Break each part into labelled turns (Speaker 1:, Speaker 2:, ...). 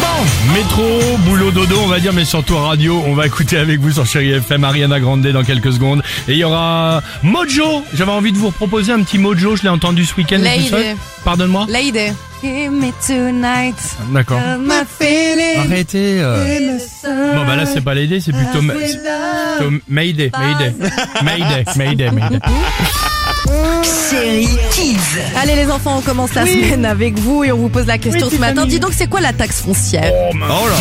Speaker 1: Bon, métro, boulot, dodo, on va dire, mais surtout radio, on va écouter avec vous sur Chéri FM Ariana Grande dans quelques secondes. Et il y aura Mojo. J'avais envie de vous proposer un petit Mojo, je l'ai entendu ce week-end.
Speaker 2: Lady.
Speaker 1: tout seul. Pardonne-moi.
Speaker 2: Lady. Give me tonight,
Speaker 1: D'accord.
Speaker 2: my feeling.
Speaker 1: Arrêtez. euh. Bon bah là c'est pas l'idée, c'est plutôt, ma- c'est plutôt Mayday, Mayday, Mayday, Mayday, Mayday.
Speaker 3: Chéri Kids.
Speaker 2: Allez les enfants, on commence la semaine avec vous et on vous pose la question ce matin. Dis donc, c'est quoi la taxe foncière
Speaker 1: Oh là.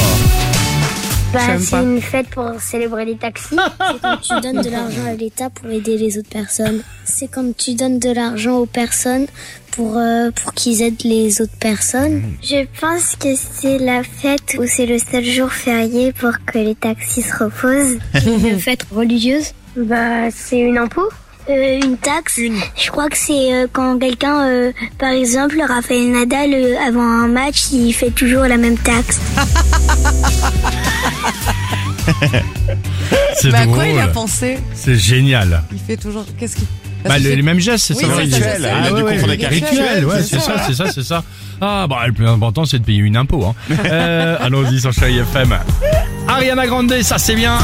Speaker 4: Bah,
Speaker 2: J'aime
Speaker 4: c'est
Speaker 2: pas.
Speaker 4: une fête pour célébrer les taxis. C'est comme tu donnes de l'argent à l'État pour aider les autres personnes. C'est comme tu donnes de l'argent aux personnes pour, euh, pour qu'ils aident les autres
Speaker 2: Mm.
Speaker 4: personnes. Je pense que c'est la fête où c'est le seul jour férié pour que les taxis se reposent. une fête religieuse Bah, c'est une impôt une taxe Je crois que c'est euh, quand quelqu'un, euh, par exemple, Rafael Nadal, euh, avant un match, il fait toujours la même taxe.
Speaker 1: C'est
Speaker 2: Mais à Bah, quoi il a
Speaker 1: drôle.
Speaker 2: pensé
Speaker 1: C'est génial.
Speaker 2: Il fait toujours. Qu'est-ce qu'il.
Speaker 1: euh, Bah
Speaker 2: Parce que
Speaker 1: le, les mêmes gestes, c'est
Speaker 2: Oui,
Speaker 1: ça.
Speaker 2: c'est
Speaker 1: oui.
Speaker 2: ça,
Speaker 1: Ah,
Speaker 2: c'est ça. Il a
Speaker 1: ouais,
Speaker 2: dû
Speaker 1: ouais,
Speaker 2: confondre avec un
Speaker 1: rituel,
Speaker 2: rituel,
Speaker 1: ouais,
Speaker 2: c'est
Speaker 1: c'est ça, c'est ça, c'est ça. Ah bah le plus important c'est de payer une impôt. Hein. Euh, Allons-y sur Chéri FM. Ariana Grande, ça c'est bien.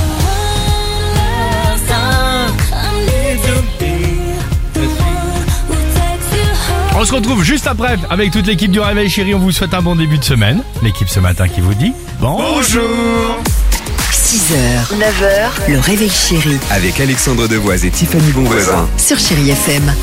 Speaker 1: On se retrouve juste après avec toute l'équipe du Réveil Chéri. On vous souhaite un bon début de semaine. L'équipe ce matin qui vous dit bonjour.
Speaker 3: 6h, 9h, le réveil chéri
Speaker 5: Avec Alexandre Devoise et Tiffany Bonvoisin.
Speaker 3: sur Chéri FM.